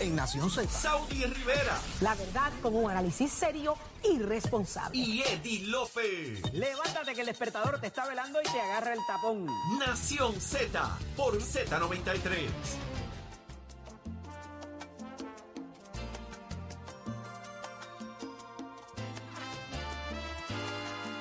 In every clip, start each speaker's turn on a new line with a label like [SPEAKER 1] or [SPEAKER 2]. [SPEAKER 1] en Nación Z.
[SPEAKER 2] Saudi Rivera
[SPEAKER 3] La verdad con un análisis serio y responsable.
[SPEAKER 2] y Eddie Lofe.
[SPEAKER 4] Levántate que el despertador te está velando y te agarra el tapón.
[SPEAKER 2] Nación Z por Z93.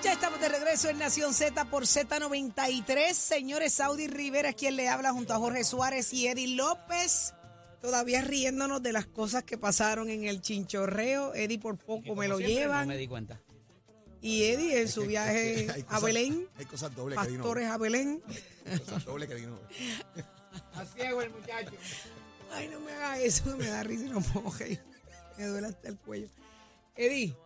[SPEAKER 5] Ya estamos de regreso en Nación Z por Z93. Señores, Saudi Rivera es quien le habla junto a Jorge Suárez y Eddie López. Todavía riéndonos de las cosas que pasaron en el chinchorreo. Eddie por poco me lo llevan.
[SPEAKER 6] No me di cuenta.
[SPEAKER 5] Y Eddie en su
[SPEAKER 1] Hay-
[SPEAKER 5] viaje
[SPEAKER 1] hay cosas-
[SPEAKER 5] a Belén,
[SPEAKER 1] Hay cosas dobles que Dino.
[SPEAKER 5] pastores a Belén.
[SPEAKER 1] Hay cosas dobles que Dino.
[SPEAKER 5] Ay, no me hagas eso, me da risa y no puedo reír. Me duele hasta el cuello. Eddie,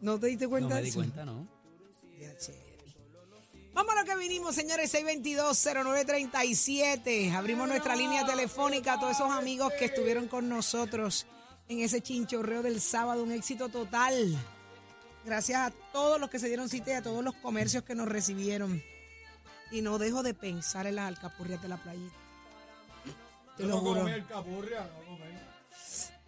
[SPEAKER 5] ¿no te diste
[SPEAKER 6] No
[SPEAKER 5] cuenta
[SPEAKER 6] me
[SPEAKER 5] de
[SPEAKER 6] di
[SPEAKER 5] eso?
[SPEAKER 6] cuenta, ¿no?
[SPEAKER 5] Pues Ya, chévere. Vamos a lo que vinimos, señores, 622-0937. Abrimos nuestra línea telefónica a todos esos amigos que estuvieron con nosotros en ese chinchorreo del sábado, un éxito total. Gracias a todos los que se dieron cita y a todos los comercios que nos recibieron. Y no dejo de pensar en las alcapurrias de la playita. Te lo juro.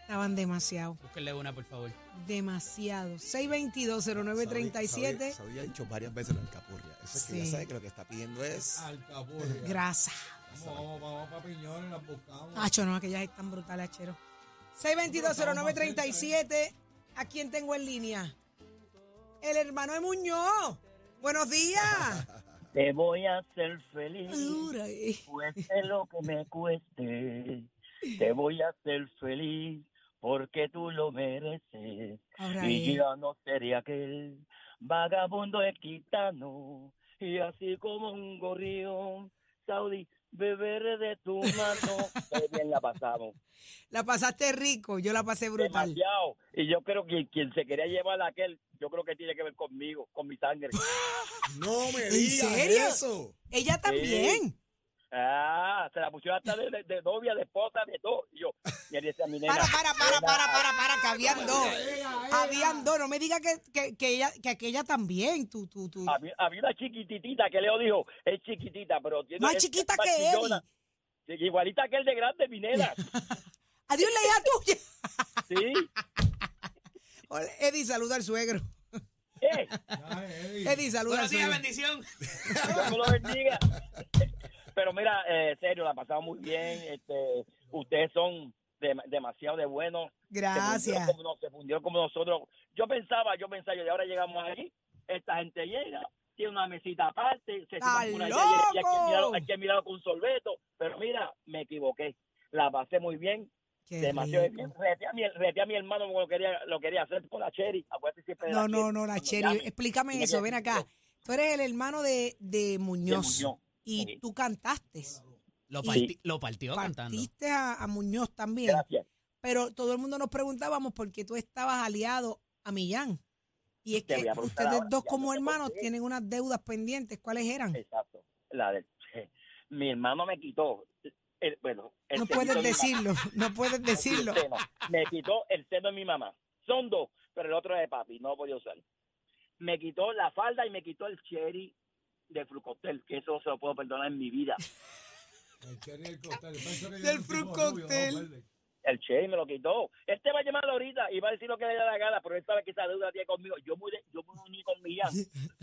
[SPEAKER 5] Estaban demasiado,
[SPEAKER 6] Búsquenle una, por favor.
[SPEAKER 5] demasiado. 622-0937.
[SPEAKER 1] Sabía dicho varias veces la alcapurria. Eso es que
[SPEAKER 5] Sí.
[SPEAKER 1] ya sabe que lo que está pidiendo es.
[SPEAKER 5] Grasa. Acho, no, aquellas están brutales, achero. 622-0937. ¿A quién tengo en línea? El hermano de Muñoz. Buenos días.
[SPEAKER 7] Te voy a hacer feliz,
[SPEAKER 5] Dura, eh.
[SPEAKER 7] cueste lo que me cueste. Te voy a hacer feliz porque tú lo mereces.
[SPEAKER 5] Ahora,
[SPEAKER 7] Y
[SPEAKER 5] eh.
[SPEAKER 7] yo no sería aquel vagabundo equitano. Y así como un gorrión, Saudi, beberé de tu mano. Qué bien la pasamos.
[SPEAKER 5] La pasaste rico, yo la pasé brutal.
[SPEAKER 7] Demasiado. Y yo creo que quien se quería llevar a aquel, yo creo que tiene que ver conmigo, con mi sangre.
[SPEAKER 1] No me
[SPEAKER 5] ¿En
[SPEAKER 1] digas
[SPEAKER 5] serio?
[SPEAKER 1] eso.
[SPEAKER 5] Ella también.
[SPEAKER 7] Ah, se la pusieron hasta de, de- de novia, de esposa, de todo. Y yo, y él decía, mi nena,
[SPEAKER 5] Para, para, para,
[SPEAKER 7] nena,
[SPEAKER 5] para, para, para, que habían dos. Habían dos, no me digas que, que, que ella, que aquella también, tú, tú, tú.
[SPEAKER 7] Había, había una chiquititita que Leo dijo, es chiquitita, pero tiene
[SPEAKER 5] Más
[SPEAKER 7] es
[SPEAKER 5] chiquita
[SPEAKER 7] más
[SPEAKER 5] que él.
[SPEAKER 7] chillona. Sí, Igualita que el de grande, mi nena.
[SPEAKER 5] Adiós, la hija tuya.
[SPEAKER 7] Sí.
[SPEAKER 5] Hola, Eddie, saluda al suegro.
[SPEAKER 7] Eh,
[SPEAKER 5] Eddie, saluda al
[SPEAKER 6] Buenos días,
[SPEAKER 5] suegro.
[SPEAKER 6] bendición.
[SPEAKER 7] Dios me lo bendiga. Pero mira, eh, serio, la pasamos muy bien. Este, ustedes son dem- demasiado de buenos. Se fundieron
[SPEAKER 5] Gracias.
[SPEAKER 7] como nos- Se fundieron como nosotros. Yo pensaba, yo pensaba, y ahora llegamos ahí, esta gente llega, tiene una mesita aparte, se
[SPEAKER 5] ¡Está
[SPEAKER 7] sientan por allá y, y hay,
[SPEAKER 5] loco!
[SPEAKER 7] que mirarlo, hay que mirarlo con sorbeto. Pero mira, me equivoqué. La pasé muy bien.
[SPEAKER 5] Qué
[SPEAKER 7] demasiado
[SPEAKER 5] rico.
[SPEAKER 7] bien. Reté a, mi, reté a mi hermano como lo quería, lo quería hacer por la Cherry. Acuérdate siempre de
[SPEAKER 5] No,
[SPEAKER 7] la
[SPEAKER 5] no,
[SPEAKER 7] Cherry.
[SPEAKER 5] no, la
[SPEAKER 7] Cuando
[SPEAKER 5] Cherry.
[SPEAKER 7] llame,
[SPEAKER 5] Explícame
[SPEAKER 7] tiene
[SPEAKER 5] eso,
[SPEAKER 7] que
[SPEAKER 5] ven
[SPEAKER 7] decirlo.
[SPEAKER 5] acá. Tú eres el hermano de, de
[SPEAKER 7] De
[SPEAKER 5] Muñoz
[SPEAKER 7] Muñoz.
[SPEAKER 5] y
[SPEAKER 7] sí.
[SPEAKER 5] tú cantaste.
[SPEAKER 6] Lo,
[SPEAKER 7] Sí.
[SPEAKER 6] parti- lo partió cantando.
[SPEAKER 5] Partiste a, a Muñoz también.
[SPEAKER 7] Gracias.
[SPEAKER 5] Pero todo el mundo nos preguntábamos por qué tú estabas aliado a Millán. Y es
[SPEAKER 7] Te
[SPEAKER 5] que
[SPEAKER 7] voy a preguntar
[SPEAKER 5] ustedes
[SPEAKER 7] ahora,
[SPEAKER 5] dos
[SPEAKER 7] ya
[SPEAKER 5] como
[SPEAKER 7] no sé por
[SPEAKER 5] hermanos
[SPEAKER 7] qué.
[SPEAKER 5] tienen unas deudas pendientes. ¿Cuáles eran?
[SPEAKER 7] Exacto. La de, mi hermano me quitó. El, bueno, el
[SPEAKER 5] No
[SPEAKER 7] seno de
[SPEAKER 5] puedes
[SPEAKER 7] mi mamá.
[SPEAKER 5] decirlo, no puedes decirlo.
[SPEAKER 7] El seno. Me quitó el seno de mi mamá. Son dos, pero el otro es de papi, no lo podía usar. Me quitó la falda y me quitó el Cherry de Frucostel, que eso se lo puedo perdonar en mi vida.
[SPEAKER 5] Del fruit cocktail.
[SPEAKER 7] El Che me lo quitó. Él te va a llamar ahorita y va a decir lo que le da la gana, pero él sabe que esa deuda tiene conmigo. Yo muy, de- yo muy uní con Millán,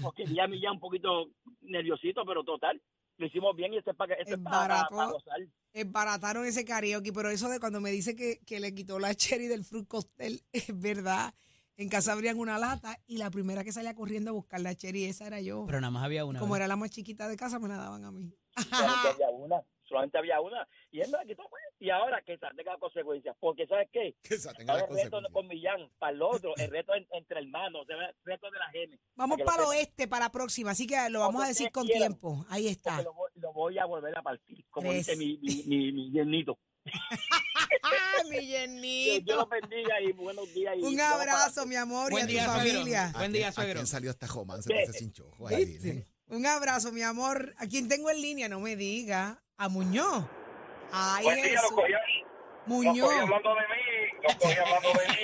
[SPEAKER 7] porque Millán Millán un poquito nerviosito, pero total. Lo hicimos bien y este es para este para,
[SPEAKER 5] Embarató.
[SPEAKER 7] gozar.
[SPEAKER 5] Esbarataron ese karaoke, pero eso de cuando me dice que, que le quitó la cherry del fruit cocktail, es verdad. En casa abrían una lata y la primera que salía corriendo a buscar la cherry, esa era yo.
[SPEAKER 6] Pero nada más había una.
[SPEAKER 5] Como
[SPEAKER 6] ¿verdad?
[SPEAKER 5] era la más chiquita de casa, me la daban a mí.
[SPEAKER 7] Solamente había una, solamente había una. Y él me la quitó, pues. Y ahora que esa tenga consecuencias, porque ¿sabes qué?
[SPEAKER 1] Que esa tenga
[SPEAKER 7] Ahora
[SPEAKER 1] las
[SPEAKER 7] el reto
[SPEAKER 1] consecuencias.
[SPEAKER 7] con Millán para el otro, el reto en- entre hermanos, el reto de la gema.
[SPEAKER 5] Vamos
[SPEAKER 7] que lo
[SPEAKER 5] para el
[SPEAKER 7] sepa.
[SPEAKER 5] oeste, para la próxima, así que lo vamos
[SPEAKER 7] Cuando
[SPEAKER 5] a decir
[SPEAKER 7] ustedes
[SPEAKER 5] con
[SPEAKER 7] quieran.
[SPEAKER 5] tiempo. Ahí
[SPEAKER 7] Porque
[SPEAKER 5] está.
[SPEAKER 7] lo, voy- lo voy a volver a partir, como
[SPEAKER 5] Tres.
[SPEAKER 7] dice mi, mi, mi, mi yernito.
[SPEAKER 5] ¡Ah, mi
[SPEAKER 7] Que Dios
[SPEAKER 5] Jenito!
[SPEAKER 7] los bendiga y buenos días. y
[SPEAKER 5] Un
[SPEAKER 7] vamos para
[SPEAKER 5] abrazo, mi amor, y a
[SPEAKER 6] Buen
[SPEAKER 5] tu
[SPEAKER 6] día, suegro.
[SPEAKER 5] familia.
[SPEAKER 1] ¿A
[SPEAKER 6] Buen
[SPEAKER 1] quién-
[SPEAKER 6] día,
[SPEAKER 1] ¿A
[SPEAKER 6] suegro.
[SPEAKER 1] quién salió esta romance
[SPEAKER 7] ¿Qué?
[SPEAKER 1] con ese chinchojo? Ahí, ¿eh?
[SPEAKER 5] Un abrazo, mi amor. ¿A quién tengo en línea? No me diga. A Muñoz. Ay,
[SPEAKER 8] Pues sí,
[SPEAKER 5] Jesús.
[SPEAKER 8] los cogió, los
[SPEAKER 5] Muñoz.
[SPEAKER 8] cogió hablando de mí, los cogió hablando de mí.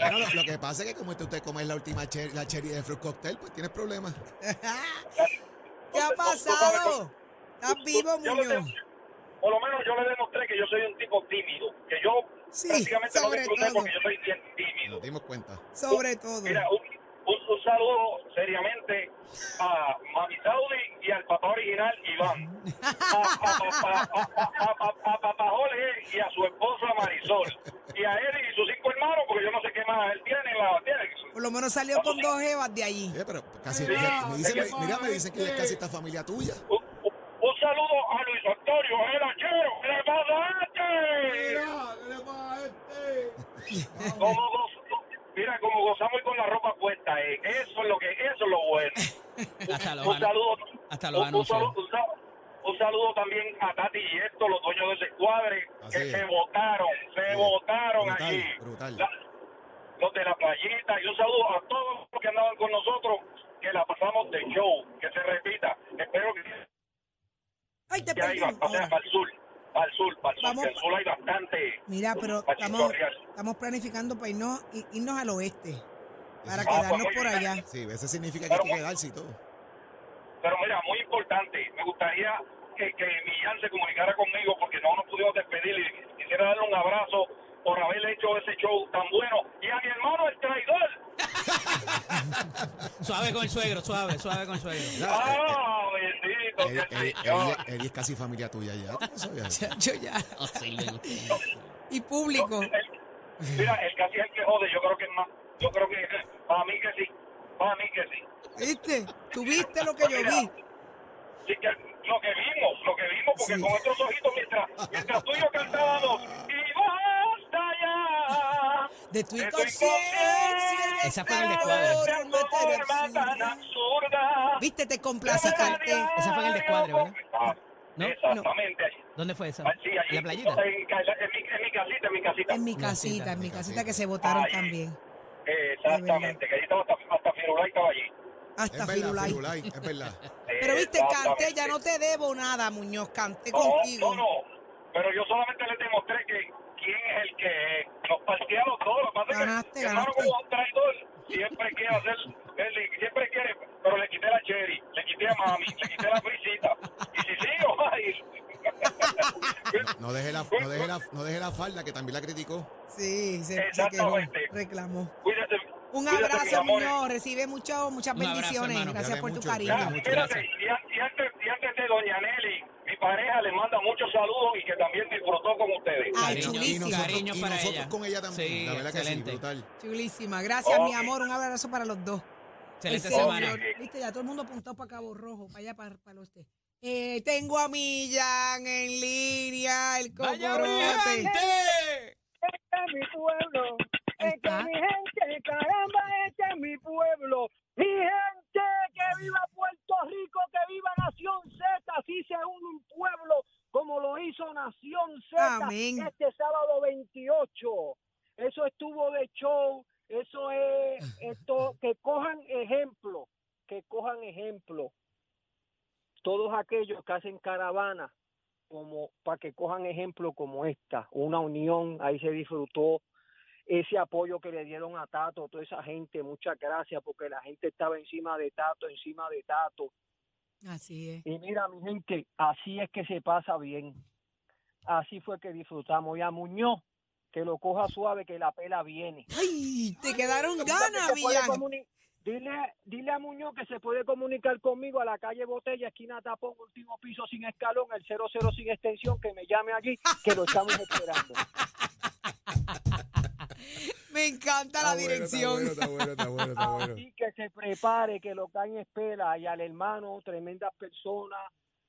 [SPEAKER 1] Bueno, lo, lo que pasa es que como este usted come la última cherry, la cherry de fruit cocktail, pues tienes problemas.
[SPEAKER 5] ¿Qué ha pasado? ¿Estás vivo,
[SPEAKER 8] Yo lo
[SPEAKER 5] Muñoz?
[SPEAKER 8] tengo- por lo menos yo le demostré que yo soy un tipo tímido, que yo
[SPEAKER 5] Sí,
[SPEAKER 8] prácticamente no
[SPEAKER 5] sobre
[SPEAKER 8] disfruté
[SPEAKER 5] todo.
[SPEAKER 8] porque yo soy bien tímido.
[SPEAKER 1] Nos dimos cuenta.
[SPEAKER 5] Sobre todo.
[SPEAKER 8] Oh, Mira, un, un- un saludo seriamente a Mami Saudi y al papá original Iván, a, a- a- a- a- a- a papá Jorge y a su esposa Marisol, y a él y sus cinco hermanos, porque yo no sé qué más él tiene, la, tiene
[SPEAKER 5] Por lo menos salió con dos jevas de allí.
[SPEAKER 6] Eh,
[SPEAKER 1] Oye, pero casi.
[SPEAKER 8] Sí,
[SPEAKER 1] me dicen,
[SPEAKER 8] es que-
[SPEAKER 1] mira, me dicen que ella es casi esta familia tuya.
[SPEAKER 8] un, un- un saludo a Luis Antonio, el achero, el pasante. Como goz- mira, como gozamos con la ropa puesta, eh. eso es lo que, eso es lo bueno.
[SPEAKER 6] Hasta los
[SPEAKER 8] Un
[SPEAKER 6] anuncios.
[SPEAKER 8] saludo,
[SPEAKER 6] hasta los
[SPEAKER 8] un, un
[SPEAKER 6] anuncios.
[SPEAKER 8] saludo, un saludo- un saludo también a Tati y esto, los dueños de ese escuadre,
[SPEAKER 1] Así
[SPEAKER 8] que
[SPEAKER 1] es.
[SPEAKER 8] se votaron, se
[SPEAKER 1] Sí,
[SPEAKER 8] votaron
[SPEAKER 1] brutal,
[SPEAKER 8] allí.
[SPEAKER 1] brutal.
[SPEAKER 8] La- los de la playita, y un saludo a todos los que andaban con nosotros, que la pasamos de show, que se repita. Espero que
[SPEAKER 5] Ay, te
[SPEAKER 8] ya
[SPEAKER 5] perdí.
[SPEAKER 8] iba, o sea,
[SPEAKER 5] Ahora.
[SPEAKER 8] para el sur, para el sur, para el sur,
[SPEAKER 5] Vamos
[SPEAKER 8] que el sur hay bastante.
[SPEAKER 5] Mira, pero
[SPEAKER 8] para
[SPEAKER 5] estamos,
[SPEAKER 8] chistorrear.
[SPEAKER 5] estamos planificando para irnos, i- irnos al oeste, para
[SPEAKER 1] Eso.
[SPEAKER 8] Ah,
[SPEAKER 5] quedarnos
[SPEAKER 8] pues,
[SPEAKER 5] por
[SPEAKER 8] oye,
[SPEAKER 5] allá.
[SPEAKER 1] Sí, eso significa que hay que quedarse y todo.
[SPEAKER 8] Pero mira, muy importante, me gustaría que, que Millán se comunicara conmigo porque no nos pudimos despedir y quisiera darle un abrazo por haber hecho ese show tan bueno. Y a mi hermano el traidor.
[SPEAKER 6] Suave con el suegro, suave, suave con el suegro.
[SPEAKER 1] Mira,
[SPEAKER 8] ¡Ah, bendito!
[SPEAKER 1] eh, eh,
[SPEAKER 8] sea el
[SPEAKER 1] Eddie-
[SPEAKER 8] Señor!
[SPEAKER 1] Eddie- Eddie es casi familia tuya ya. ¿Tú no sabías?
[SPEAKER 5] Yo ya.
[SPEAKER 6] Oh, sí, le gusta.
[SPEAKER 5] Y público.
[SPEAKER 8] El- mira, el casi es el que jode, yo creo que es más. Yo creo que para mí que sí, para mí que sí. Pues
[SPEAKER 5] ¿Viste? Tuviste lo que yo vi.
[SPEAKER 8] Sí, que lo que vimos, lo que vimos, porque
[SPEAKER 5] Sí.
[SPEAKER 8] con otros ojitos, mientras, mientras tú y yo cantábamos, y basta ya.
[SPEAKER 5] De tu
[SPEAKER 8] De tu
[SPEAKER 5] inconsciencia.
[SPEAKER 8] inconsciencia,
[SPEAKER 6] Esa fue la del
[SPEAKER 8] de
[SPEAKER 5] descuadro,
[SPEAKER 8] tu forma
[SPEAKER 5] matar
[SPEAKER 8] tan
[SPEAKER 5] absurda.
[SPEAKER 8] absurda.
[SPEAKER 5] Viste, te complace,
[SPEAKER 8] Pero
[SPEAKER 5] Carté.
[SPEAKER 8] nadie
[SPEAKER 6] Esa fue en el descuadre, ¿verdad?
[SPEAKER 8] Ah,
[SPEAKER 6] No,
[SPEAKER 8] Exactamente. allí.
[SPEAKER 6] ¿Dónde fue esa?
[SPEAKER 8] Allí, allí.
[SPEAKER 6] ¿En la playita?
[SPEAKER 8] En, ca- en mi, en mi casita, en mi casita.
[SPEAKER 5] En mi casita, en mi casita que se votaron
[SPEAKER 8] Ay.
[SPEAKER 5] también.
[SPEAKER 8] Exactamente, que allí estaba hasta, hasta Firulay estaba allí.
[SPEAKER 5] Hasta
[SPEAKER 1] Es verdad,
[SPEAKER 5] Firulay.
[SPEAKER 1] Firulay, es verdad.
[SPEAKER 5] Pero viste,
[SPEAKER 8] Exactamente.
[SPEAKER 5] Canté, ya no te debo nada, Muñoz. Canté
[SPEAKER 8] No,
[SPEAKER 5] contigo.
[SPEAKER 8] Oh, No, no, pero yo solamente les demostré que quién es el que nos partía a los dos. Lo que pasa es que
[SPEAKER 5] Ganaste,
[SPEAKER 8] mi hermano
[SPEAKER 5] ganaste.
[SPEAKER 8] como un traidor siempre quiere hacer, él siempre quiere, pero le quité la Cherry, le quité a Mami, le quité la Frisita. Y si sigo, ay.
[SPEAKER 1] No deje la, no deje la, no deje la falda que también la criticó.
[SPEAKER 5] Sí, se- se, quejó,
[SPEAKER 8] Exactamente.
[SPEAKER 5] reclamó.
[SPEAKER 8] Cuídate.
[SPEAKER 5] Un
[SPEAKER 8] cuídate, mis
[SPEAKER 5] abrazo,
[SPEAKER 8] amores.
[SPEAKER 5] Muñoz. Recibe mucho, muchas
[SPEAKER 6] Un abrazo,
[SPEAKER 5] bendiciones.
[SPEAKER 6] hermano.
[SPEAKER 5] Gracias
[SPEAKER 1] Cuídate
[SPEAKER 5] por tu
[SPEAKER 1] mucho,
[SPEAKER 5] cariño.
[SPEAKER 8] Ya,
[SPEAKER 1] Muchas
[SPEAKER 8] espérate, y, an- y antes, y antes de Doña Nelly, mi pareja le manda muchos saludos y que también disfrutó con ustedes.
[SPEAKER 5] Ay,
[SPEAKER 6] Cariño, y
[SPEAKER 5] chulísima.
[SPEAKER 6] nosotros-
[SPEAKER 1] y
[SPEAKER 6] para
[SPEAKER 1] nosotros
[SPEAKER 6] ella.
[SPEAKER 1] con ella también.
[SPEAKER 6] Sí,
[SPEAKER 1] la verdad
[SPEAKER 6] excelente.
[SPEAKER 1] que sí, brutal.
[SPEAKER 5] Chulísima. Gracias, mi
[SPEAKER 8] Ok.
[SPEAKER 5] amor. Un abrazo para los dos.
[SPEAKER 6] Excelente
[SPEAKER 5] Ay,
[SPEAKER 6] semana.
[SPEAKER 5] señor. Viste, ya todo el mundo apuntado para Cabo Rojo, para allá, para, para el oeste. Eh, tengo a Millán en línea, el
[SPEAKER 6] ¡Vaya
[SPEAKER 5] cocorote.
[SPEAKER 6] brillante!
[SPEAKER 9] Este es mi pueblo,
[SPEAKER 5] Ahí
[SPEAKER 9] este
[SPEAKER 5] está.
[SPEAKER 9] es mi gente, caramba, este es mi pueblo, mi gente, que viva Puerto Rico, que viva Nación Z, así se une un pueblo como lo hizo Nación Z
[SPEAKER 5] Amén.
[SPEAKER 9] este sábado 28. Eso estuvo de show, eso es, esto, que cojan ejemplo, que cojan ejemplo. Todos aquellos que hacen caravana, como para que cojan ejemplo como esta, una unión, ahí se disfrutó ese apoyo que le dieron a Tato, toda esa gente, muchas gracias, porque la gente estaba encima de Tato, encima de Tato.
[SPEAKER 5] Así es.
[SPEAKER 9] Y mira, mi gente, así es que se pasa bien. Así fue que disfrutamos. Y a Muñoz, que lo coja suave, que la pela viene.
[SPEAKER 5] Ay, te quedaron
[SPEAKER 9] Que
[SPEAKER 5] ganas,
[SPEAKER 9] se puede
[SPEAKER 5] Millán.
[SPEAKER 9] comuni- Dile, dile a Muñoz que se puede comunicar conmigo a la calle Botella, esquina Tapón, último piso sin escalón, el 00 sin extensión, que me llame allí, que lo estamos esperando.
[SPEAKER 5] Me encanta la dirección.
[SPEAKER 1] Está bueno, está bueno, está bueno.
[SPEAKER 9] Así que se prepare, que lo caen espera. Y al hermano, tremendas personas.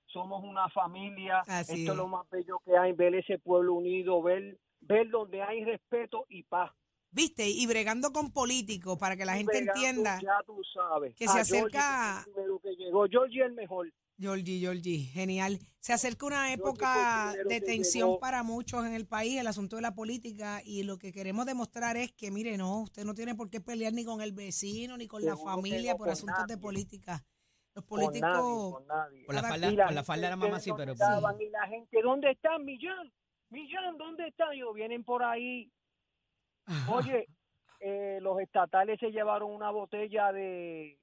[SPEAKER 9] Somos una familia.
[SPEAKER 5] Así
[SPEAKER 9] Esto
[SPEAKER 5] es.
[SPEAKER 9] es lo más bello que hay, ver ese pueblo unido, ver, ver donde hay respeto y paz.
[SPEAKER 5] Viste, y bregando con políticos para que la gente
[SPEAKER 9] Bregando,
[SPEAKER 5] entienda.
[SPEAKER 9] Ya tú sabes.
[SPEAKER 5] que se
[SPEAKER 9] A Georgie,
[SPEAKER 5] acerca-
[SPEAKER 9] que fue el primero que llegó. Georgie el mejor.
[SPEAKER 5] Georgie, Georgie, genial. Se acerca una
[SPEAKER 9] Georgie fue el
[SPEAKER 5] época
[SPEAKER 9] primero
[SPEAKER 5] de
[SPEAKER 9] que
[SPEAKER 5] tensión
[SPEAKER 9] llegó.
[SPEAKER 5] para muchos en el país, el asunto de la política, y lo que queremos demostrar es que, mire, no, usted no tiene por qué pelear ni con el vecino, ni con la
[SPEAKER 9] Seguro que
[SPEAKER 5] familia
[SPEAKER 9] no,
[SPEAKER 5] por
[SPEAKER 9] con
[SPEAKER 5] asuntos de
[SPEAKER 9] nadie.
[SPEAKER 5] política. Los
[SPEAKER 9] Con nadie,
[SPEAKER 5] políticos,
[SPEAKER 9] con nadie.
[SPEAKER 6] Por la
[SPEAKER 5] Cada-
[SPEAKER 6] falda,
[SPEAKER 9] Y
[SPEAKER 6] por la falda de la
[SPEAKER 9] gente,
[SPEAKER 6] mamá sí,
[SPEAKER 9] ¿dónde
[SPEAKER 6] pero...
[SPEAKER 5] pues,
[SPEAKER 9] estaban? Y la gente, ¿dónde están, Millán? Millán, ¿dónde están? Yo, vienen por ahí. Oye, eh, los estatales se llevaron una botella de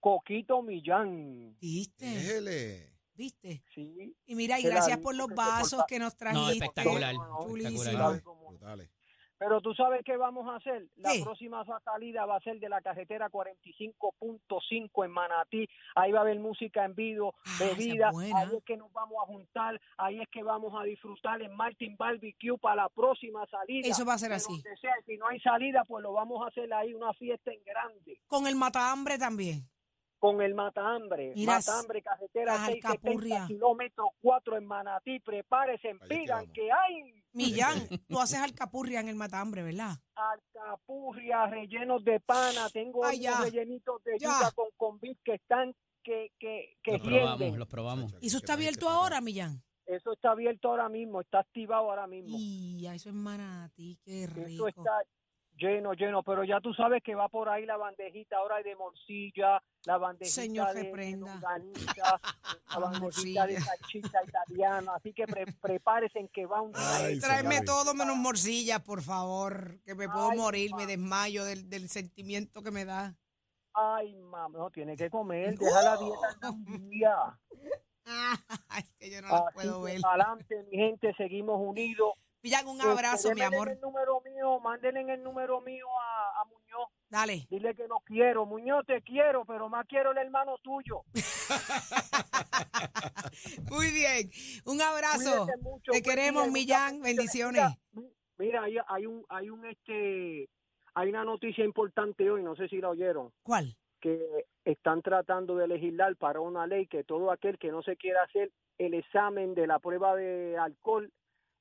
[SPEAKER 9] Coquito Millán.
[SPEAKER 5] viste,
[SPEAKER 1] Déjele.
[SPEAKER 5] ¿viste?
[SPEAKER 9] Sí.
[SPEAKER 5] Y mira, y
[SPEAKER 9] Te la
[SPEAKER 5] gracias
[SPEAKER 9] vi
[SPEAKER 5] por los
[SPEAKER 9] porque te
[SPEAKER 5] vasos
[SPEAKER 9] portaste.
[SPEAKER 5] que nos trajiste.
[SPEAKER 6] No, espectacular.
[SPEAKER 5] Chulísimo.
[SPEAKER 6] espectacular.
[SPEAKER 1] Brutales.
[SPEAKER 9] Pero tú sabes qué vamos a hacer. La
[SPEAKER 5] ¿Qué?
[SPEAKER 9] próxima salida va a ser de la carretera 45.5 en Manatí. Ahí va a haber música en vivo,
[SPEAKER 5] Ah, esa es
[SPEAKER 9] bebida.
[SPEAKER 5] buena.
[SPEAKER 9] Ahí es que nos vamos a juntar. Ahí es que vamos a disfrutar en Martin Barbecue para la próxima salida.
[SPEAKER 5] Eso va a ser
[SPEAKER 9] De
[SPEAKER 5] así.
[SPEAKER 9] donde sea. Si no hay salida, pues lo vamos a hacer ahí, una fiesta en grande.
[SPEAKER 5] Con el matahambre también.
[SPEAKER 9] Con el Matahambre.
[SPEAKER 5] Mira,
[SPEAKER 9] Matambre, carretera
[SPEAKER 5] las
[SPEAKER 9] 670,
[SPEAKER 5] alcapurrias.
[SPEAKER 9] kilómetro 4 en Manatí. Prepárense,
[SPEAKER 1] es que
[SPEAKER 9] pidan
[SPEAKER 1] vamos.
[SPEAKER 9] que hay.
[SPEAKER 5] Millán, tú haces alcapurria en el matambre, ¿verdad?
[SPEAKER 9] alcapurria, rellenos de pana, tengo
[SPEAKER 5] Ay, ya.
[SPEAKER 9] unos rellenitos de
[SPEAKER 5] Ya.
[SPEAKER 9] yuca con convit que están que que que
[SPEAKER 6] Los probamos,
[SPEAKER 9] rienden.
[SPEAKER 6] los probamos.
[SPEAKER 5] ¿Y eso está abierto ahora, Millán?
[SPEAKER 9] Eso está abierto ahora mismo, está activado ahora mismo.
[SPEAKER 5] Y a eso es manatí, qué
[SPEAKER 9] Eso
[SPEAKER 5] rico.
[SPEAKER 9] está lleno, lleno, pero ya tú sabes que va por ahí la bandejita ahora de morcilla, la bandejita
[SPEAKER 5] Señor,
[SPEAKER 9] de, de
[SPEAKER 5] reprenda.
[SPEAKER 9] longaniza, la bandejita de
[SPEAKER 5] morcilla.
[SPEAKER 9] salchicha italiana, así que pre- prepárense en que va un
[SPEAKER 1] Ay,
[SPEAKER 5] Tráeme
[SPEAKER 1] Gaby.
[SPEAKER 5] todo menos morcillas, por favor, que me puedo
[SPEAKER 9] Ay,
[SPEAKER 5] morir, me
[SPEAKER 9] mamá.
[SPEAKER 5] desmayo del, del sentimiento que me da.
[SPEAKER 9] Ay, mamá, no tiene que comer, deja la dieta algún día.
[SPEAKER 5] Ah, es que yo no las
[SPEAKER 9] Así
[SPEAKER 5] puedo
[SPEAKER 9] que
[SPEAKER 5] ver.
[SPEAKER 9] adelante, mi gente, seguimos unidos.
[SPEAKER 5] Millán, un
[SPEAKER 9] Este,
[SPEAKER 5] abrazo, mi
[SPEAKER 9] démenle
[SPEAKER 5] amor.
[SPEAKER 9] el número mío, mándenle el número mío a, a Muñoz.
[SPEAKER 5] Dale.
[SPEAKER 9] Dile que lo quiero. Muñoz, te quiero, pero más quiero el hermano tuyo.
[SPEAKER 5] Muy bien. Un abrazo.
[SPEAKER 9] Cuídate mucho,
[SPEAKER 5] Te
[SPEAKER 9] buen
[SPEAKER 5] queremos,
[SPEAKER 9] día y muchas
[SPEAKER 5] Millán. Bendiciones.
[SPEAKER 9] Mira, mira, hay, hay un, hay un, este, hay una noticia importante hoy, no sé si la oyeron,
[SPEAKER 5] ¿Cuál?
[SPEAKER 9] que están tratando de legislar para una ley que todo aquel que no se quiera hacer el examen de la prueba de alcohol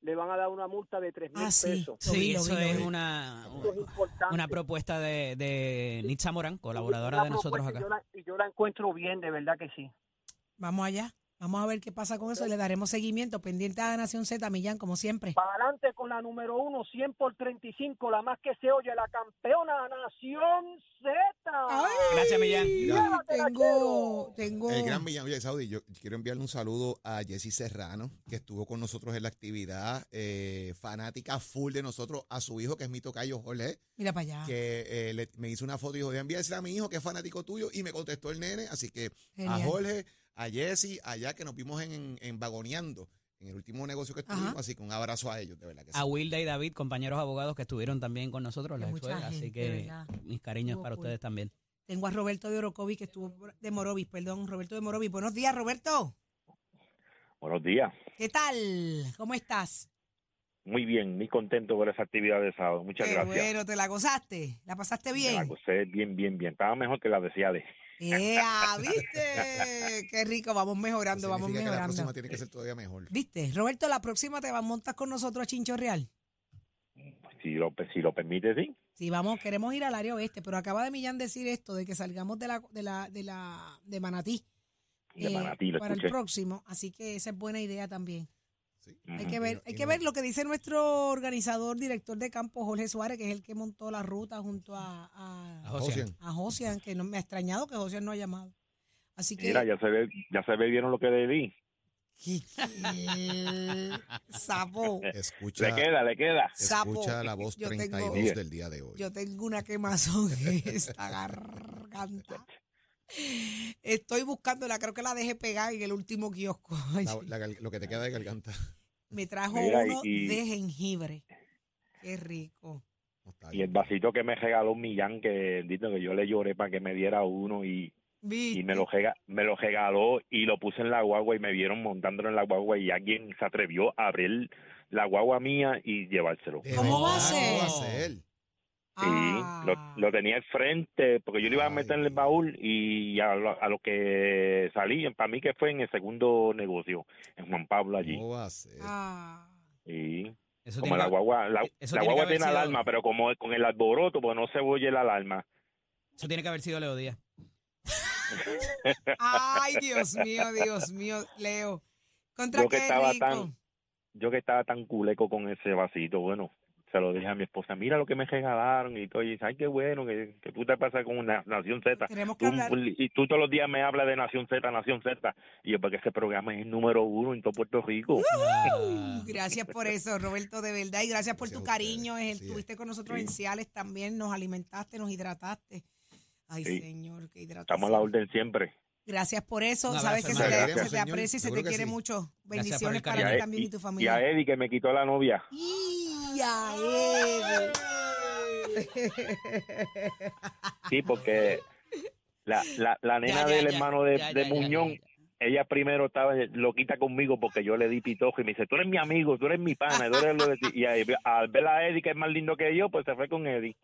[SPEAKER 9] le van a dar una multa de tres mil
[SPEAKER 5] Ah, sí.
[SPEAKER 9] pesos.
[SPEAKER 5] Lo
[SPEAKER 6] Sí,
[SPEAKER 5] vi, lo
[SPEAKER 6] eso
[SPEAKER 5] vi, lo
[SPEAKER 6] es
[SPEAKER 5] vi.
[SPEAKER 6] una,
[SPEAKER 9] Esto es importante.
[SPEAKER 6] una propuesta de, de Nitza Morán,
[SPEAKER 9] Una
[SPEAKER 6] colaboradora de nosotros acá.
[SPEAKER 9] propuesta, Yo la, y yo la encuentro bien, de verdad que sí.
[SPEAKER 5] Vamos allá. Vamos a ver qué pasa con eso y le daremos seguimiento. Pendiente a Nación Z, Millán, como siempre.
[SPEAKER 9] Para adelante con la número uno, 100 por 35, la más que se oye, la campeona Nación Z.
[SPEAKER 6] Gracias, Millán.
[SPEAKER 1] Mira,
[SPEAKER 5] Tengo, tengo.
[SPEAKER 1] El gran Millán, oye, Saudi, yo quiero enviarle un saludo a Jessy Serrano, que estuvo con nosotros en la actividad, eh, fanática full de nosotros, a su hijo, que es mi tocayo Jorge,
[SPEAKER 5] Mira para allá.
[SPEAKER 1] que eh, le- me hizo una foto y dijo, de enviársela a mi hijo, que es fanático tuyo, y me contestó el nene, así que
[SPEAKER 5] Genial.
[SPEAKER 1] a Jorge, a Jessy, allá que nos vimos en, en Vagoneando, en el último negocio que estuvimos,
[SPEAKER 5] Ajá.
[SPEAKER 1] así que un abrazo a ellos, de verdad que sí.
[SPEAKER 6] A Wilda y David, compañeros abogados que estuvieron también con nosotros en la
[SPEAKER 5] Hay mucha
[SPEAKER 6] escuela. Así
[SPEAKER 5] gente,
[SPEAKER 6] que
[SPEAKER 5] ¿verdad?
[SPEAKER 6] mis cariños
[SPEAKER 5] Estuvo
[SPEAKER 6] para
[SPEAKER 5] cool.
[SPEAKER 6] ustedes también.
[SPEAKER 5] Tengo a Roberto de Orocovis, que estuvo por- de Morovis, perdón, Roberto de Morovis. Buenos días, Roberto.
[SPEAKER 10] Buenos días.
[SPEAKER 5] ¿Qué tal? ¿Cómo estás?
[SPEAKER 10] Muy bien, muy contento por esa actividad de sábado. Muchas
[SPEAKER 5] Qué
[SPEAKER 10] gracias.
[SPEAKER 5] bueno, te la gozaste, la pasaste
[SPEAKER 10] Me la
[SPEAKER 5] bien.
[SPEAKER 10] gocé bien, bien, bien. Estaba mejor que la de Ciales.
[SPEAKER 5] ¡Ea! ¿Viste? Qué rico, vamos mejorando,
[SPEAKER 1] Eso
[SPEAKER 5] vamos
[SPEAKER 1] significa que la
[SPEAKER 5] mejorando.
[SPEAKER 1] próxima tiene que ser todavía mejor.
[SPEAKER 5] ¿Viste? Roberto, la próxima te vas montas con nosotros a Chincho Real.
[SPEAKER 10] Si lo, si lo permite, sí.
[SPEAKER 5] Sí, vamos, queremos ir al área oeste, pero acaba de Millán decir esto, de que salgamos de la de la de la de Manatí.
[SPEAKER 10] De
[SPEAKER 5] eh,
[SPEAKER 10] Manatí, lo
[SPEAKER 5] para el
[SPEAKER 10] escuché.
[SPEAKER 5] próximo, así que esa es buena idea también.
[SPEAKER 1] Sí.
[SPEAKER 5] Hay
[SPEAKER 10] Ujú.
[SPEAKER 5] que ver,
[SPEAKER 1] no-
[SPEAKER 5] hay
[SPEAKER 1] y
[SPEAKER 5] que
[SPEAKER 1] no-
[SPEAKER 5] ver lo que dice nuestro organizador, director de campo, Jorge Suárez, que es el que montó la ruta junto a,
[SPEAKER 6] A
[SPEAKER 5] a,
[SPEAKER 6] José.
[SPEAKER 1] Josian.
[SPEAKER 5] a Josian, que no me ha extrañado que Josian no ha llamado. Así que
[SPEAKER 10] Mira, ya se ve, ya se ve vieron lo que le di.
[SPEAKER 5] ¿Qué- qué? eh, sapo,
[SPEAKER 1] Escucha,
[SPEAKER 10] Le queda, le queda.
[SPEAKER 5] sapo.
[SPEAKER 1] escucha la voz
[SPEAKER 5] Yo tengo-
[SPEAKER 1] 32
[SPEAKER 10] Miguel.
[SPEAKER 1] del día de hoy.
[SPEAKER 5] Yo tengo una quemazón en esta garganta. Estoy buscándola, creo que la dejé pegar en el último kiosco.
[SPEAKER 1] La- la gal- lo que te queda de garganta.
[SPEAKER 5] Me trajo
[SPEAKER 10] Mira, y-
[SPEAKER 5] uno
[SPEAKER 10] y-
[SPEAKER 5] de jengibre. Qué rico.
[SPEAKER 1] No está
[SPEAKER 10] Y el
[SPEAKER 1] bien.
[SPEAKER 10] vasito que me regaló Millán, que dicen que yo le lloré para que me diera uno y, y me, lo rega- me lo regaló y lo puse en la guagua y me vieron montándolo en la guagua y alguien se atrevió a abrir la guagua mía y llevárselo.
[SPEAKER 1] De
[SPEAKER 5] ¿Cómo va a
[SPEAKER 1] verdad, ¿Cómo va a
[SPEAKER 6] ser?
[SPEAKER 1] ser?
[SPEAKER 5] Ah.
[SPEAKER 10] Sí, lo, lo tenía al frente porque yo le iba a meter en el baúl y a lo, a lo que salí, para mí que fue en el segundo negocio, en Juan Pablo allí.
[SPEAKER 1] ¿Cómo va a ser?
[SPEAKER 5] Ah.
[SPEAKER 10] Y
[SPEAKER 6] Eso
[SPEAKER 10] como
[SPEAKER 6] tiene
[SPEAKER 10] la
[SPEAKER 6] que-
[SPEAKER 10] guagua, la,
[SPEAKER 6] eso tiene
[SPEAKER 10] la
[SPEAKER 6] que
[SPEAKER 10] guagua
[SPEAKER 6] haber
[SPEAKER 10] tiene
[SPEAKER 6] sido-
[SPEAKER 10] alarma, pero como con el alboroto, pues no se oye la alarma.
[SPEAKER 6] Eso tiene que haber sido Leo Díaz.
[SPEAKER 5] Ay, Dios mío, Dios mío, Leo. Contra
[SPEAKER 10] Yo que
[SPEAKER 5] qué
[SPEAKER 10] estaba
[SPEAKER 5] rico.
[SPEAKER 10] tan- yo que estaba tan culeco con ese vasito, bueno, se lo dije a mi esposa, mira lo que me regalaron y todo, y dice, ay, qué bueno, que, que tú te pasas con una Nación Z.
[SPEAKER 5] Tenemos que
[SPEAKER 10] Tú-
[SPEAKER 5] hablar.
[SPEAKER 10] y tú todos los días me hablas de Nación Z, Nación Z. Y yo, porque ese programa es el número uno en todo Puerto Rico.
[SPEAKER 5] Uh, Gracias por eso, Roberto, de verdad, y gracias por
[SPEAKER 1] Gracias
[SPEAKER 5] tu
[SPEAKER 1] a ustedes.
[SPEAKER 5] cariño. Es el-
[SPEAKER 1] Sí, es.
[SPEAKER 5] Estuviste con nosotros
[SPEAKER 10] Sí.
[SPEAKER 5] en Ciales también, nos alimentaste, nos hidrataste. Ay,
[SPEAKER 10] Sí.
[SPEAKER 5] señor, qué hidratación.
[SPEAKER 10] Estamos a la orden siempre.
[SPEAKER 5] Gracias por eso.
[SPEAKER 6] Un
[SPEAKER 5] Sabes
[SPEAKER 6] abrazo,
[SPEAKER 5] que se te,
[SPEAKER 1] hermano. Gracias,
[SPEAKER 5] se te
[SPEAKER 1] señor.
[SPEAKER 5] aprecia y se
[SPEAKER 1] Seguro
[SPEAKER 5] te
[SPEAKER 1] que
[SPEAKER 5] quiere
[SPEAKER 1] sí.
[SPEAKER 5] mucho.
[SPEAKER 6] por el
[SPEAKER 5] Bendiciones
[SPEAKER 6] cariño.
[SPEAKER 5] para
[SPEAKER 6] Y
[SPEAKER 10] E-
[SPEAKER 5] ti
[SPEAKER 6] a-
[SPEAKER 5] también y tu
[SPEAKER 11] y, y a
[SPEAKER 5] familia.
[SPEAKER 11] Eddie que me quitó la novia.
[SPEAKER 5] Y a él.
[SPEAKER 11] Sí, porque la, la, la nena
[SPEAKER 6] Ya, ya,
[SPEAKER 11] del
[SPEAKER 6] ya.
[SPEAKER 11] hermano de,
[SPEAKER 6] Ya,
[SPEAKER 11] de
[SPEAKER 6] ya, ya,
[SPEAKER 11] Muñón,
[SPEAKER 6] ya,
[SPEAKER 11] ella primero estaba loquita conmigo porque yo le di pitojo y me dice, tú eres mi amigo, tú eres mi pana, tú eres lo de ti". Y ahí, al ver a Eddie, que es más lindo que yo, pues se fue con Eddie.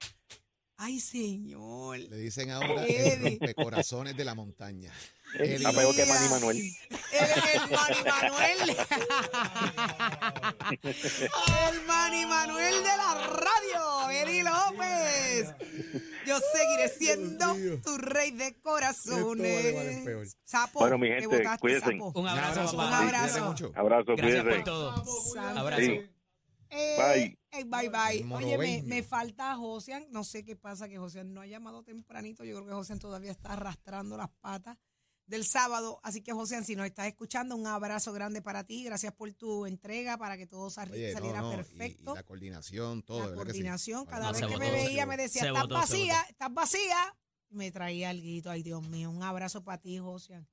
[SPEAKER 5] Ay, señor.
[SPEAKER 1] Le dicen ahora
[SPEAKER 5] Eddie.
[SPEAKER 1] el corazones de la montaña.
[SPEAKER 11] Está peor que Manny Manuel.
[SPEAKER 5] Eres el Manny Manuel. el Manny Manuel de la radio, Eri López. Yo seguiré siendo tu rey de
[SPEAKER 1] Esto vale, vale, peor.
[SPEAKER 5] corazones. Sapo,
[SPEAKER 11] Bueno, mi
[SPEAKER 5] te
[SPEAKER 11] gente,
[SPEAKER 5] botaste,
[SPEAKER 11] cuídense.
[SPEAKER 5] sapo.
[SPEAKER 6] Un abrazo,
[SPEAKER 5] Un
[SPEAKER 6] papá.
[SPEAKER 5] abrazo.
[SPEAKER 1] Cuídate mucho.
[SPEAKER 11] Abrazo,
[SPEAKER 6] Gracias
[SPEAKER 11] cuídense.
[SPEAKER 6] por todo.
[SPEAKER 5] Sapo.
[SPEAKER 6] Abrazo.
[SPEAKER 11] Sí.
[SPEAKER 5] Eh,
[SPEAKER 11] Bye.
[SPEAKER 5] eh, bye, bye.
[SPEAKER 1] Mono
[SPEAKER 5] Oye, me,
[SPEAKER 1] veinte.
[SPEAKER 5] me falta Josian. No sé qué pasa que Josian no ha llamado tempranito. Yo creo que Josian todavía está arrastrando las patas del sábado. Así que, Josian, si nos estás escuchando, un abrazo grande para ti. Gracias por tu entrega, para que todo sal-
[SPEAKER 1] Oye, no,
[SPEAKER 5] saliera
[SPEAKER 1] no, y-
[SPEAKER 5] perfecto.
[SPEAKER 1] Y, la coordinación, todo.
[SPEAKER 5] la
[SPEAKER 1] de verdad que sí.
[SPEAKER 5] coordinación. Cada
[SPEAKER 6] No,
[SPEAKER 5] vez
[SPEAKER 6] se
[SPEAKER 5] que
[SPEAKER 6] votó,
[SPEAKER 5] me
[SPEAKER 6] se
[SPEAKER 5] veía
[SPEAKER 6] votó.
[SPEAKER 5] me decía,
[SPEAKER 6] Se
[SPEAKER 5] estás
[SPEAKER 6] votó, se
[SPEAKER 5] vacía,
[SPEAKER 6] votó.
[SPEAKER 5] estás vacía. Me traía alguito. Ay, Dios mío. Un abrazo para ti, Josian.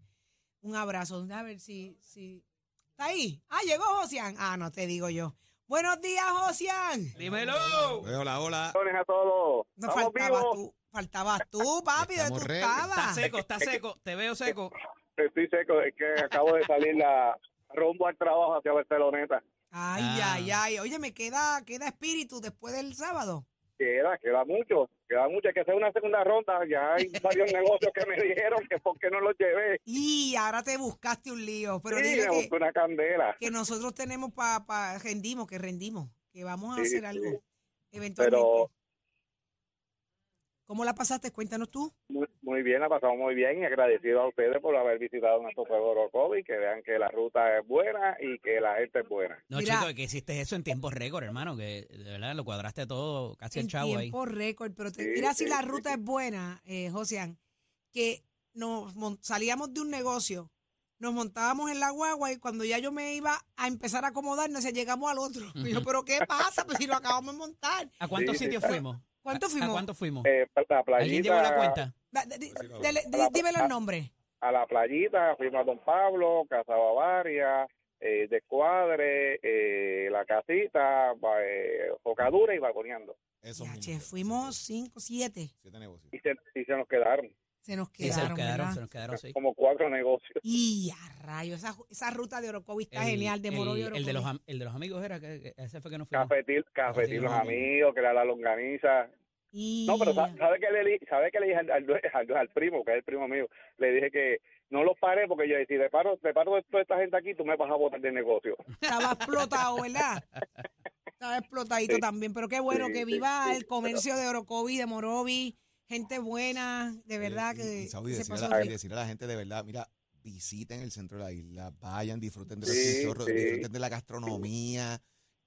[SPEAKER 5] Un abrazo. A ver si, si... ¿Está ahí? Ah, llegó Josian. Ah, no te digo yo. Buenos días, Josian.
[SPEAKER 6] Dímelo.
[SPEAKER 1] Hola, hola.
[SPEAKER 11] a todos.
[SPEAKER 5] No faltabas tú. Faltabas tú, papi. ¿Dónde
[SPEAKER 1] Estamos
[SPEAKER 5] tú
[SPEAKER 1] ready.
[SPEAKER 6] Está
[SPEAKER 5] estabas?
[SPEAKER 6] seco, está seco. Te veo seco.
[SPEAKER 11] Estoy seco, es que acabo de salir la rumbo al trabajo hacia Barceloneta.
[SPEAKER 5] Ay,
[SPEAKER 6] Ah.
[SPEAKER 5] ay, ay. Oye, me queda, queda espíritu después del sábado.
[SPEAKER 11] Queda, queda mucho, queda mucho. Hay que hacer una segunda ronda. Ya hay varios negocios que me dijeron que por qué no los llevé.
[SPEAKER 5] Y ahora te buscaste un lío. Pero
[SPEAKER 11] sí,
[SPEAKER 5] dile
[SPEAKER 11] me
[SPEAKER 5] que,
[SPEAKER 11] busqué una candela.
[SPEAKER 5] que nosotros tenemos para, rendimos, que rendimos, que vamos a
[SPEAKER 11] Sí,
[SPEAKER 5] hacer
[SPEAKER 11] sí.
[SPEAKER 5] algo eventualmente.
[SPEAKER 11] Pero
[SPEAKER 5] ¿Cómo la pasaste? Cuéntanos tú.
[SPEAKER 11] muy, muy bien, la pasamos muy bien y agradecido a ustedes por haber visitado nuestro pueblo Orocó y que vean que la ruta es buena y que la gente es buena.
[SPEAKER 6] No,
[SPEAKER 5] Mira.
[SPEAKER 6] chico, que hiciste eso en tiempo récord, hermano. Que de verdad lo cuadraste todo casi el
[SPEAKER 5] en
[SPEAKER 6] chavo ahí.
[SPEAKER 5] tiempo récord, pero te,
[SPEAKER 11] Sí,
[SPEAKER 5] mira si
[SPEAKER 11] sí,
[SPEAKER 5] la
[SPEAKER 11] sí,
[SPEAKER 5] ruta
[SPEAKER 11] sí.
[SPEAKER 5] es buena, eh, Josian, que nos mon- salíamos de un negocio, nos montábamos en la guagua y cuando ya yo me iba a empezar a acomodar, nos llegamos al otro. Y yo, pero ¿qué pasa? Pues si lo acabamos de montar.
[SPEAKER 6] ¿A cuántos
[SPEAKER 11] Sí, sí,
[SPEAKER 6] sitios
[SPEAKER 11] está.
[SPEAKER 6] fuimos?
[SPEAKER 5] ¿Cuánto
[SPEAKER 6] ¿A
[SPEAKER 5] fuimos?
[SPEAKER 6] cuántos fuimos?
[SPEAKER 11] Eh, la
[SPEAKER 6] ¿Alguien llevó la
[SPEAKER 11] playita,
[SPEAKER 6] cuenta?
[SPEAKER 5] Da- da- di-
[SPEAKER 1] Pues sí,
[SPEAKER 5] dele-
[SPEAKER 11] la-
[SPEAKER 5] di-
[SPEAKER 11] la-
[SPEAKER 5] dime los
[SPEAKER 11] la-
[SPEAKER 5] nombres.
[SPEAKER 11] a la playita, fuimos a Don Pablo, Casa Bavaria, eh, Descuadre, eh, La Casita, ba- eh, Jocadura y Vagoneando.
[SPEAKER 1] Eso
[SPEAKER 5] Ya,
[SPEAKER 1] mismo.
[SPEAKER 5] che, fuimos cinco, siete.
[SPEAKER 1] Siete negocios.
[SPEAKER 11] Y se, y se nos quedaron
[SPEAKER 5] Se nos
[SPEAKER 6] Sí, se
[SPEAKER 5] quedaron.
[SPEAKER 6] nos quedaron,
[SPEAKER 5] ¿verdad?
[SPEAKER 6] se nos quedaron, sí.
[SPEAKER 11] como cuatro negocios.
[SPEAKER 5] Y a rayo, esa, esa ruta de Orocovi está genial, de Moro
[SPEAKER 6] el,
[SPEAKER 5] de
[SPEAKER 6] el de los,
[SPEAKER 5] Orocovi.
[SPEAKER 6] am- el de los amigos era, que, que ese fue que nos fuimos.
[SPEAKER 11] Cafetil,
[SPEAKER 6] Sí,
[SPEAKER 11] cafetil los
[SPEAKER 6] no, no.
[SPEAKER 11] amigos, que era la longaniza,
[SPEAKER 5] Y-
[SPEAKER 11] No, pero sa- ¿sabe que le, di- sabe que le dije al, al due- al due- al primo, que es el primo mío? Le dije que no los paré porque yo, si te paro, te paro de toda esta gente aquí, tú me vas a botar de negocio.
[SPEAKER 5] Estaba explotado, ¿verdad? Estaba explotadito
[SPEAKER 11] Sí.
[SPEAKER 5] también, pero qué bueno
[SPEAKER 11] Sí,
[SPEAKER 5] que
[SPEAKER 11] sí,
[SPEAKER 5] viva
[SPEAKER 11] sí,
[SPEAKER 5] el comercio de Orocovi, de Morovi, gente buena, de verdad
[SPEAKER 1] Oye, y-
[SPEAKER 5] que,
[SPEAKER 1] y, Saudi,
[SPEAKER 5] que se
[SPEAKER 1] decirle,
[SPEAKER 5] pasó
[SPEAKER 1] a la, y
[SPEAKER 5] rico.
[SPEAKER 1] decirle a la gente de verdad, mira, visiten el centro de la isla, vayan, disfruten de los
[SPEAKER 11] Sí,
[SPEAKER 1] chinchorros,
[SPEAKER 11] sí.
[SPEAKER 1] disfruten de la gastronomía,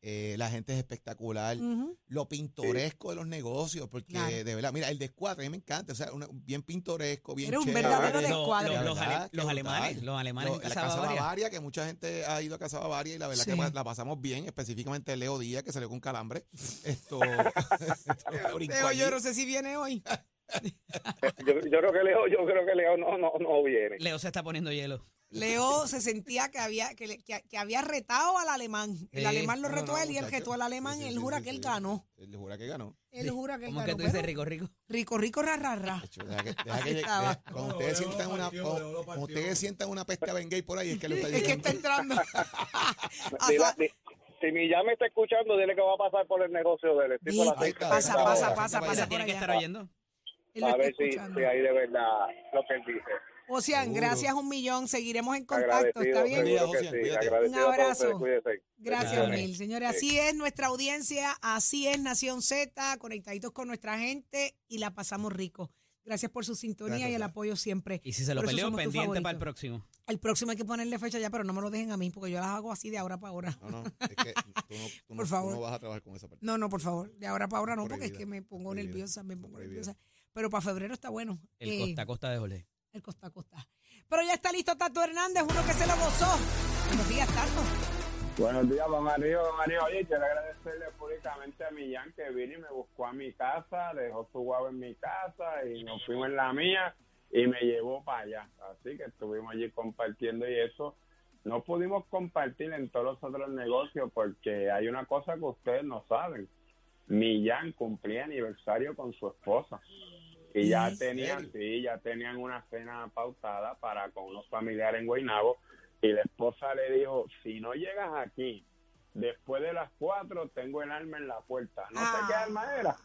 [SPEAKER 1] eh, la gente es espectacular,
[SPEAKER 5] Ujú.
[SPEAKER 1] lo pintoresco de los negocios, porque
[SPEAKER 5] Claro.
[SPEAKER 1] de verdad, mira, el descuadre, a mí me encanta, o sea, una- bien pintoresco, bien
[SPEAKER 5] Era un
[SPEAKER 1] chévere.
[SPEAKER 5] verdadero
[SPEAKER 6] Los-
[SPEAKER 5] descuadre.
[SPEAKER 6] los-
[SPEAKER 1] De
[SPEAKER 6] los ale-
[SPEAKER 1] verdad,
[SPEAKER 6] los
[SPEAKER 1] qué
[SPEAKER 6] alemanes,
[SPEAKER 1] brutal.
[SPEAKER 6] los alemanes en
[SPEAKER 1] Lo- la
[SPEAKER 6] Casa
[SPEAKER 1] Casa
[SPEAKER 6] Bavaria.
[SPEAKER 1] Bavaria, que mucha gente ha ido a Casa Bavaria y la verdad
[SPEAKER 5] Sí.
[SPEAKER 1] que pa- la pasamos bien, específicamente Leo Díaz, que salió con calambre. Esto. esto brincó
[SPEAKER 5] Teo, yo
[SPEAKER 1] allí.
[SPEAKER 5] no sé si viene hoy.
[SPEAKER 11] Eh, Yo, yo creo que Leo, yo creo que Leo no, no, no viene.
[SPEAKER 6] Leo se está poniendo hielo.
[SPEAKER 5] Leo se sentía que había que, le- que- que había retado al alemán. El
[SPEAKER 6] Sí.
[SPEAKER 5] alemán lo
[SPEAKER 1] Eh, No,
[SPEAKER 5] retó
[SPEAKER 1] no,
[SPEAKER 5] a él y él
[SPEAKER 1] muchacho.
[SPEAKER 5] retó al alemán.
[SPEAKER 1] Sí, sí,
[SPEAKER 5] él
[SPEAKER 1] sí,
[SPEAKER 5] jura
[SPEAKER 1] sí,
[SPEAKER 5] que él
[SPEAKER 1] sí.
[SPEAKER 5] ganó.
[SPEAKER 1] Él jura que ganó.
[SPEAKER 5] Él jura que él
[SPEAKER 6] Como
[SPEAKER 5] ganó.
[SPEAKER 6] que tú dices
[SPEAKER 5] pero
[SPEAKER 6] rico, rico.
[SPEAKER 5] rico, rico, ra, ra, ra.
[SPEAKER 1] Chacho, deja que- deja que
[SPEAKER 5] Ahí
[SPEAKER 1] llegue-
[SPEAKER 5] estaba.
[SPEAKER 1] deja- cuando ustedes sientan una cuando- cuando ustedes sientan una peste a Bengay por ahí es que le está
[SPEAKER 5] Es que
[SPEAKER 1] llegando.
[SPEAKER 5] está entrando.
[SPEAKER 11] Dile-
[SPEAKER 5] Asa-
[SPEAKER 11] di- si mi ya me está escuchando, dile que va a pasar por el negocio del tipo
[SPEAKER 5] Viste,
[SPEAKER 1] Ahí está,
[SPEAKER 5] pasa,
[SPEAKER 1] ahí está,
[SPEAKER 5] pasa,
[SPEAKER 1] ahí
[SPEAKER 5] pasa,
[SPEAKER 1] está,
[SPEAKER 5] pasa. por
[SPEAKER 1] ahí
[SPEAKER 6] Tiene que
[SPEAKER 5] allá.
[SPEAKER 6] estar oyendo.
[SPEAKER 5] Él lo
[SPEAKER 11] a
[SPEAKER 5] está
[SPEAKER 11] ver si,
[SPEAKER 5] escuchando.
[SPEAKER 11] si hay de verdad lo que él dice.
[SPEAKER 5] Ocean,
[SPEAKER 1] Seguro.
[SPEAKER 5] gracias un millón. Seguiremos en contacto. ¿Está
[SPEAKER 11] Agradecido,
[SPEAKER 5] bien?
[SPEAKER 1] Buen día,
[SPEAKER 11] seguro que
[SPEAKER 1] José,
[SPEAKER 11] sí.
[SPEAKER 1] cuídate.
[SPEAKER 11] Agradecido
[SPEAKER 5] Un
[SPEAKER 11] a todos
[SPEAKER 5] abrazo.
[SPEAKER 11] ustedes, cuídense.
[SPEAKER 5] Gracias
[SPEAKER 6] Bendiciones.
[SPEAKER 5] mil, señores. Así es nuestra audiencia, así es Nación Z, conectaditos con nuestra gente y la pasamos rico. Gracias por su sintonía
[SPEAKER 1] Gracias,
[SPEAKER 5] y el
[SPEAKER 1] Sara.
[SPEAKER 5] apoyo siempre.
[SPEAKER 6] Y si se lo
[SPEAKER 5] Por eso
[SPEAKER 6] perdió,
[SPEAKER 5] somos tu
[SPEAKER 6] pendiente para el
[SPEAKER 5] favorito.
[SPEAKER 6] próximo.
[SPEAKER 5] El próximo hay que ponerle fecha ya, pero no me lo dejen a mí porque yo las hago así de ahora para ahora.
[SPEAKER 1] No, no, es que tú no, tú no-
[SPEAKER 5] Por
[SPEAKER 1] tú
[SPEAKER 5] favor.
[SPEAKER 1] no vas a trabajar con esa parte.
[SPEAKER 5] No, no, por favor, de ahora para ahora no, porque es
[SPEAKER 1] Prohibida,
[SPEAKER 5] que me pongo
[SPEAKER 1] prohibida,
[SPEAKER 5] nerviosa, me pongo
[SPEAKER 1] prohibida.
[SPEAKER 5] nerviosa. Pero para febrero está bueno.
[SPEAKER 6] El
[SPEAKER 5] Eh,
[SPEAKER 6] costa a costa de Jorge.
[SPEAKER 5] El costa a costa. Pero ya está listo Tato Hernández, uno que se lo gozó. Buenos días, Tato.
[SPEAKER 12] Buenos días, don Mario. Don Mario, oye, quiero agradecerle públicamente a Millán que vino y me buscó a mi casa, dejó su guagua en mi casa y nos fuimos en la mía. y me llevó para allá. Así que estuvimos allí compartiendo y eso. No pudimos compartir en todos los otros negocios porque hay una cosa que ustedes no saben. Millán cumplía aniversario con su esposa. Y ya
[SPEAKER 5] ¿En
[SPEAKER 12] tenían, sí, ya tenían una cena pautada para con unos familiares en Guaynabo. Y la esposa le dijo, si no llegas aquí, después de las cuatro tengo el arma en la puerta. No sé
[SPEAKER 5] Ah.
[SPEAKER 12] qué arma era.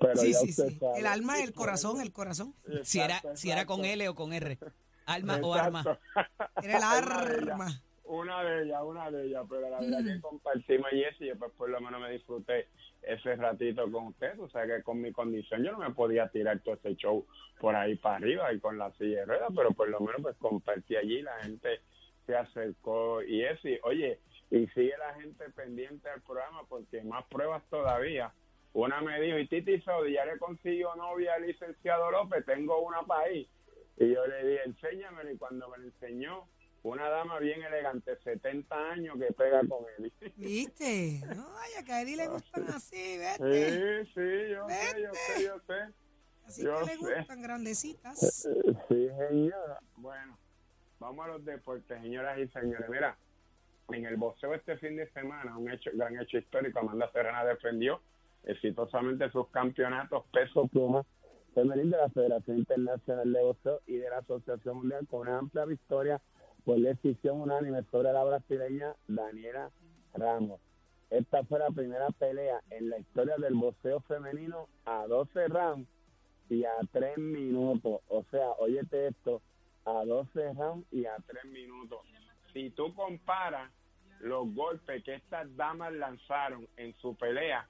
[SPEAKER 12] Pero
[SPEAKER 5] sí,
[SPEAKER 12] ya
[SPEAKER 5] sí,
[SPEAKER 12] usted
[SPEAKER 5] sí.
[SPEAKER 12] sabe.
[SPEAKER 5] El alma, el corazón, el corazón.
[SPEAKER 12] Exacto,
[SPEAKER 6] Si era, si era con
[SPEAKER 12] exacto.
[SPEAKER 6] L o con R. Alma o
[SPEAKER 12] Exacto.
[SPEAKER 6] arma.
[SPEAKER 5] Era el
[SPEAKER 12] de ellas.
[SPEAKER 5] arma.
[SPEAKER 12] Una de ellas, una de ellas, pero la verdad
[SPEAKER 6] Mm.
[SPEAKER 12] que compartimos y eso, y yo pues por lo menos me disfruté ese ratito con usted, o sea que con mi condición yo no me podía tirar todo ese show por ahí para arriba y con la silla de ruedas, pero por lo menos pues compartí allí, la gente se acercó y eso, y oye, y sigue la gente pendiente al programa porque más pruebas todavía. Una me dijo, y Titi Sodi, ya le consiguió novia al licenciado López, tengo una para ahí. Y yo le dije, enséñamelo, y cuando me lo enseñó, una dama bien elegante, 70 años, que pega con él.
[SPEAKER 5] ¿Viste? No, ay, a Kairi le gustan así, ¿vete?
[SPEAKER 12] Sí, sí, yo sé, yo sé, yo sé.
[SPEAKER 5] Así
[SPEAKER 12] yo
[SPEAKER 5] que le
[SPEAKER 12] sé. Eh,
[SPEAKER 5] gustan grandecitas.
[SPEAKER 12] Sí, señora. Bueno, vamos a los deportes, señoras y señores. Mira, en el boxeo este fin de semana, un hecho, gran hecho histórico, Amanda Serrana defendió exitosamente sus campeonatos peso pluma femenil de la Federación Internacional de Boxeo y de la Asociación Mundial con una amplia victoria por decisión unánime sobre la brasileña Daniela Ramos. Esta fue la primera pelea en la historia del boxeo femenino a 12 rounds y a 3 minutos. O sea, óyete esto, a 12 rounds y a 3 minutos. Si tú comparas los golpes que estas damas lanzaron en su pelea,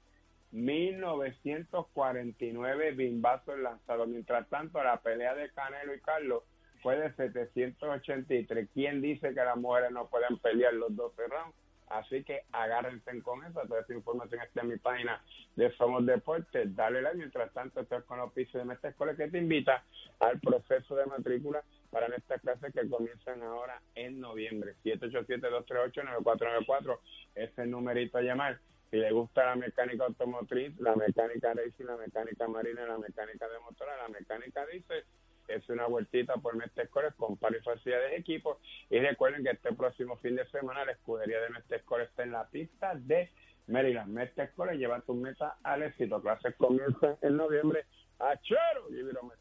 [SPEAKER 12] 1949 bimbazos lanzados. Mientras tanto, la pelea de Canelo y Carlos fue de 783. ¿Quién dice que las mujeres no pueden pelear los 12 rounds? Así que agárrense con eso. Toda esta información está en mi página de Somos Deportes. Dale like. Mientras tanto, estoy con los pisos de nuestra escuela que te invita al proceso de matrícula para nuestras clases que comienzan ahora en noviembre. 787-238-9494 es el numerito a llamar. Si le gusta la mecánica automotriz, la mecánica racing, la mecánica marina, la mecánica de motora, la mecánica dice, es una vueltita por Mestescores con par y facilidades de equipo. Y recuerden que este próximo fin de semana la escudería de Mestescores está en la pista de Maryland. Mestescores lleva tus metas al éxito. Clases comienzan en noviembre. ¡Achero! Y virome-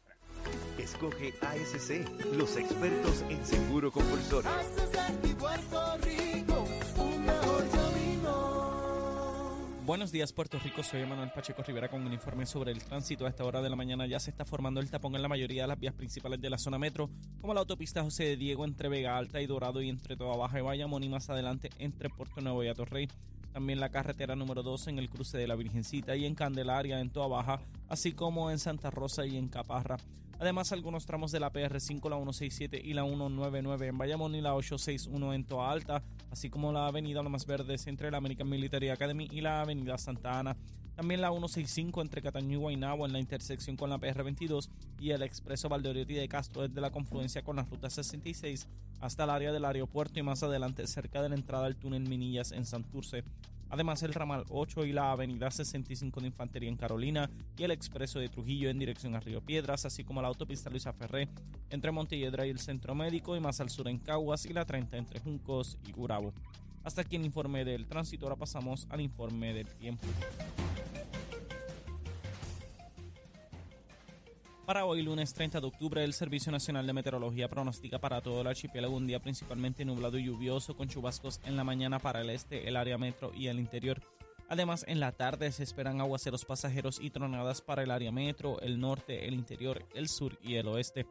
[SPEAKER 2] Escoge ASC, los expertos en seguro compulsorio.
[SPEAKER 13] Buenos días, Puerto Rico. Soy Emanuel Pacheco Rivera con un informe sobre el tránsito. A esta hora de la mañana ya se está formando el tapón en la mayoría de las vías principales de la zona metro, como la autopista José de Diego entre Vega Alta y Dorado y entre Toda Baja y Bayamón y más adelante entre Puerto Nuevo y Atorrey. También la carretera número 2 en el cruce de la Virgencita y en Candelaria en Toda Baja, así como en Santa Rosa y en Caparra. Además, algunos tramos de la PR5, la 167 y la 199 en Bayamón y la 861 en Toa Alta, así como la avenida Lomas Verdes entre la American Military Academy y la avenida Santa Ana. También la 165 entre Cataño y Guaynabo en la intersección con la PR22 y el expreso Valdeoriotti de Castro desde la confluencia con la ruta 66 hasta el área del aeropuerto y más adelante cerca de la entrada al túnel Minillas en Santurce. Además, el ramal 8 y la avenida 65 de Infantería en Carolina y el expreso de Trujillo en dirección a Río Piedras, así como la autopista Luisa Ferré entre Montelledra y el Centro Médico y más al sur en Caguas y la 30 entre Juncos y Gurabo. Hasta aquí el informe del tránsito, ahora pasamos al informe del tiempo. Para hoy, lunes 30 de octubre, el Servicio Nacional de Meteorología pronostica para todo el archipiélago un día principalmente nublado y lluvioso, con chubascos en la mañana para el este, el área metro y el interior. Además, en la tarde se esperan aguaceros pasajeros y tronadas para el área metro, el norte, el interior, el sur y el oeste.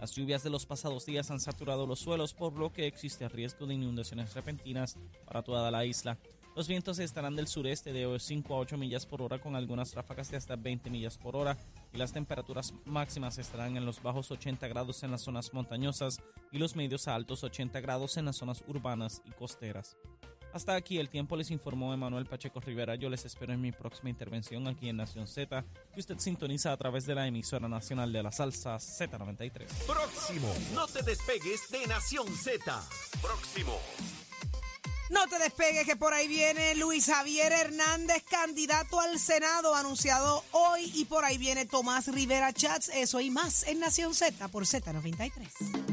[SPEAKER 13] Las lluvias de los pasados días han saturado los suelos, por lo que existe riesgo de inundaciones repentinas para toda la isla. Los vientos estarán del sureste de 5 a 8 millas por hora con algunas ráfagas de hasta 20 millas por hora y las temperaturas máximas estarán en los bajos 80 grados en las zonas montañosas y los medios a altos 80 grados en las zonas urbanas y costeras. Hasta aquí el tiempo les informó Emanuel Pacheco Rivera. Yo les espero en mi próxima intervención aquí en Nación Z, que usted sintoniza a través de la emisora nacional de la salsa Z93.
[SPEAKER 2] Próximo.
[SPEAKER 13] Próximo.
[SPEAKER 2] No te despegues de Nación Z. Próximo.
[SPEAKER 5] No te despegues que por ahí viene Luis Javier Hernández, candidato al Senado, anunciado hoy. Y por ahí viene Tomás Rivera Chats. Eso y más en Nación Z por Z93.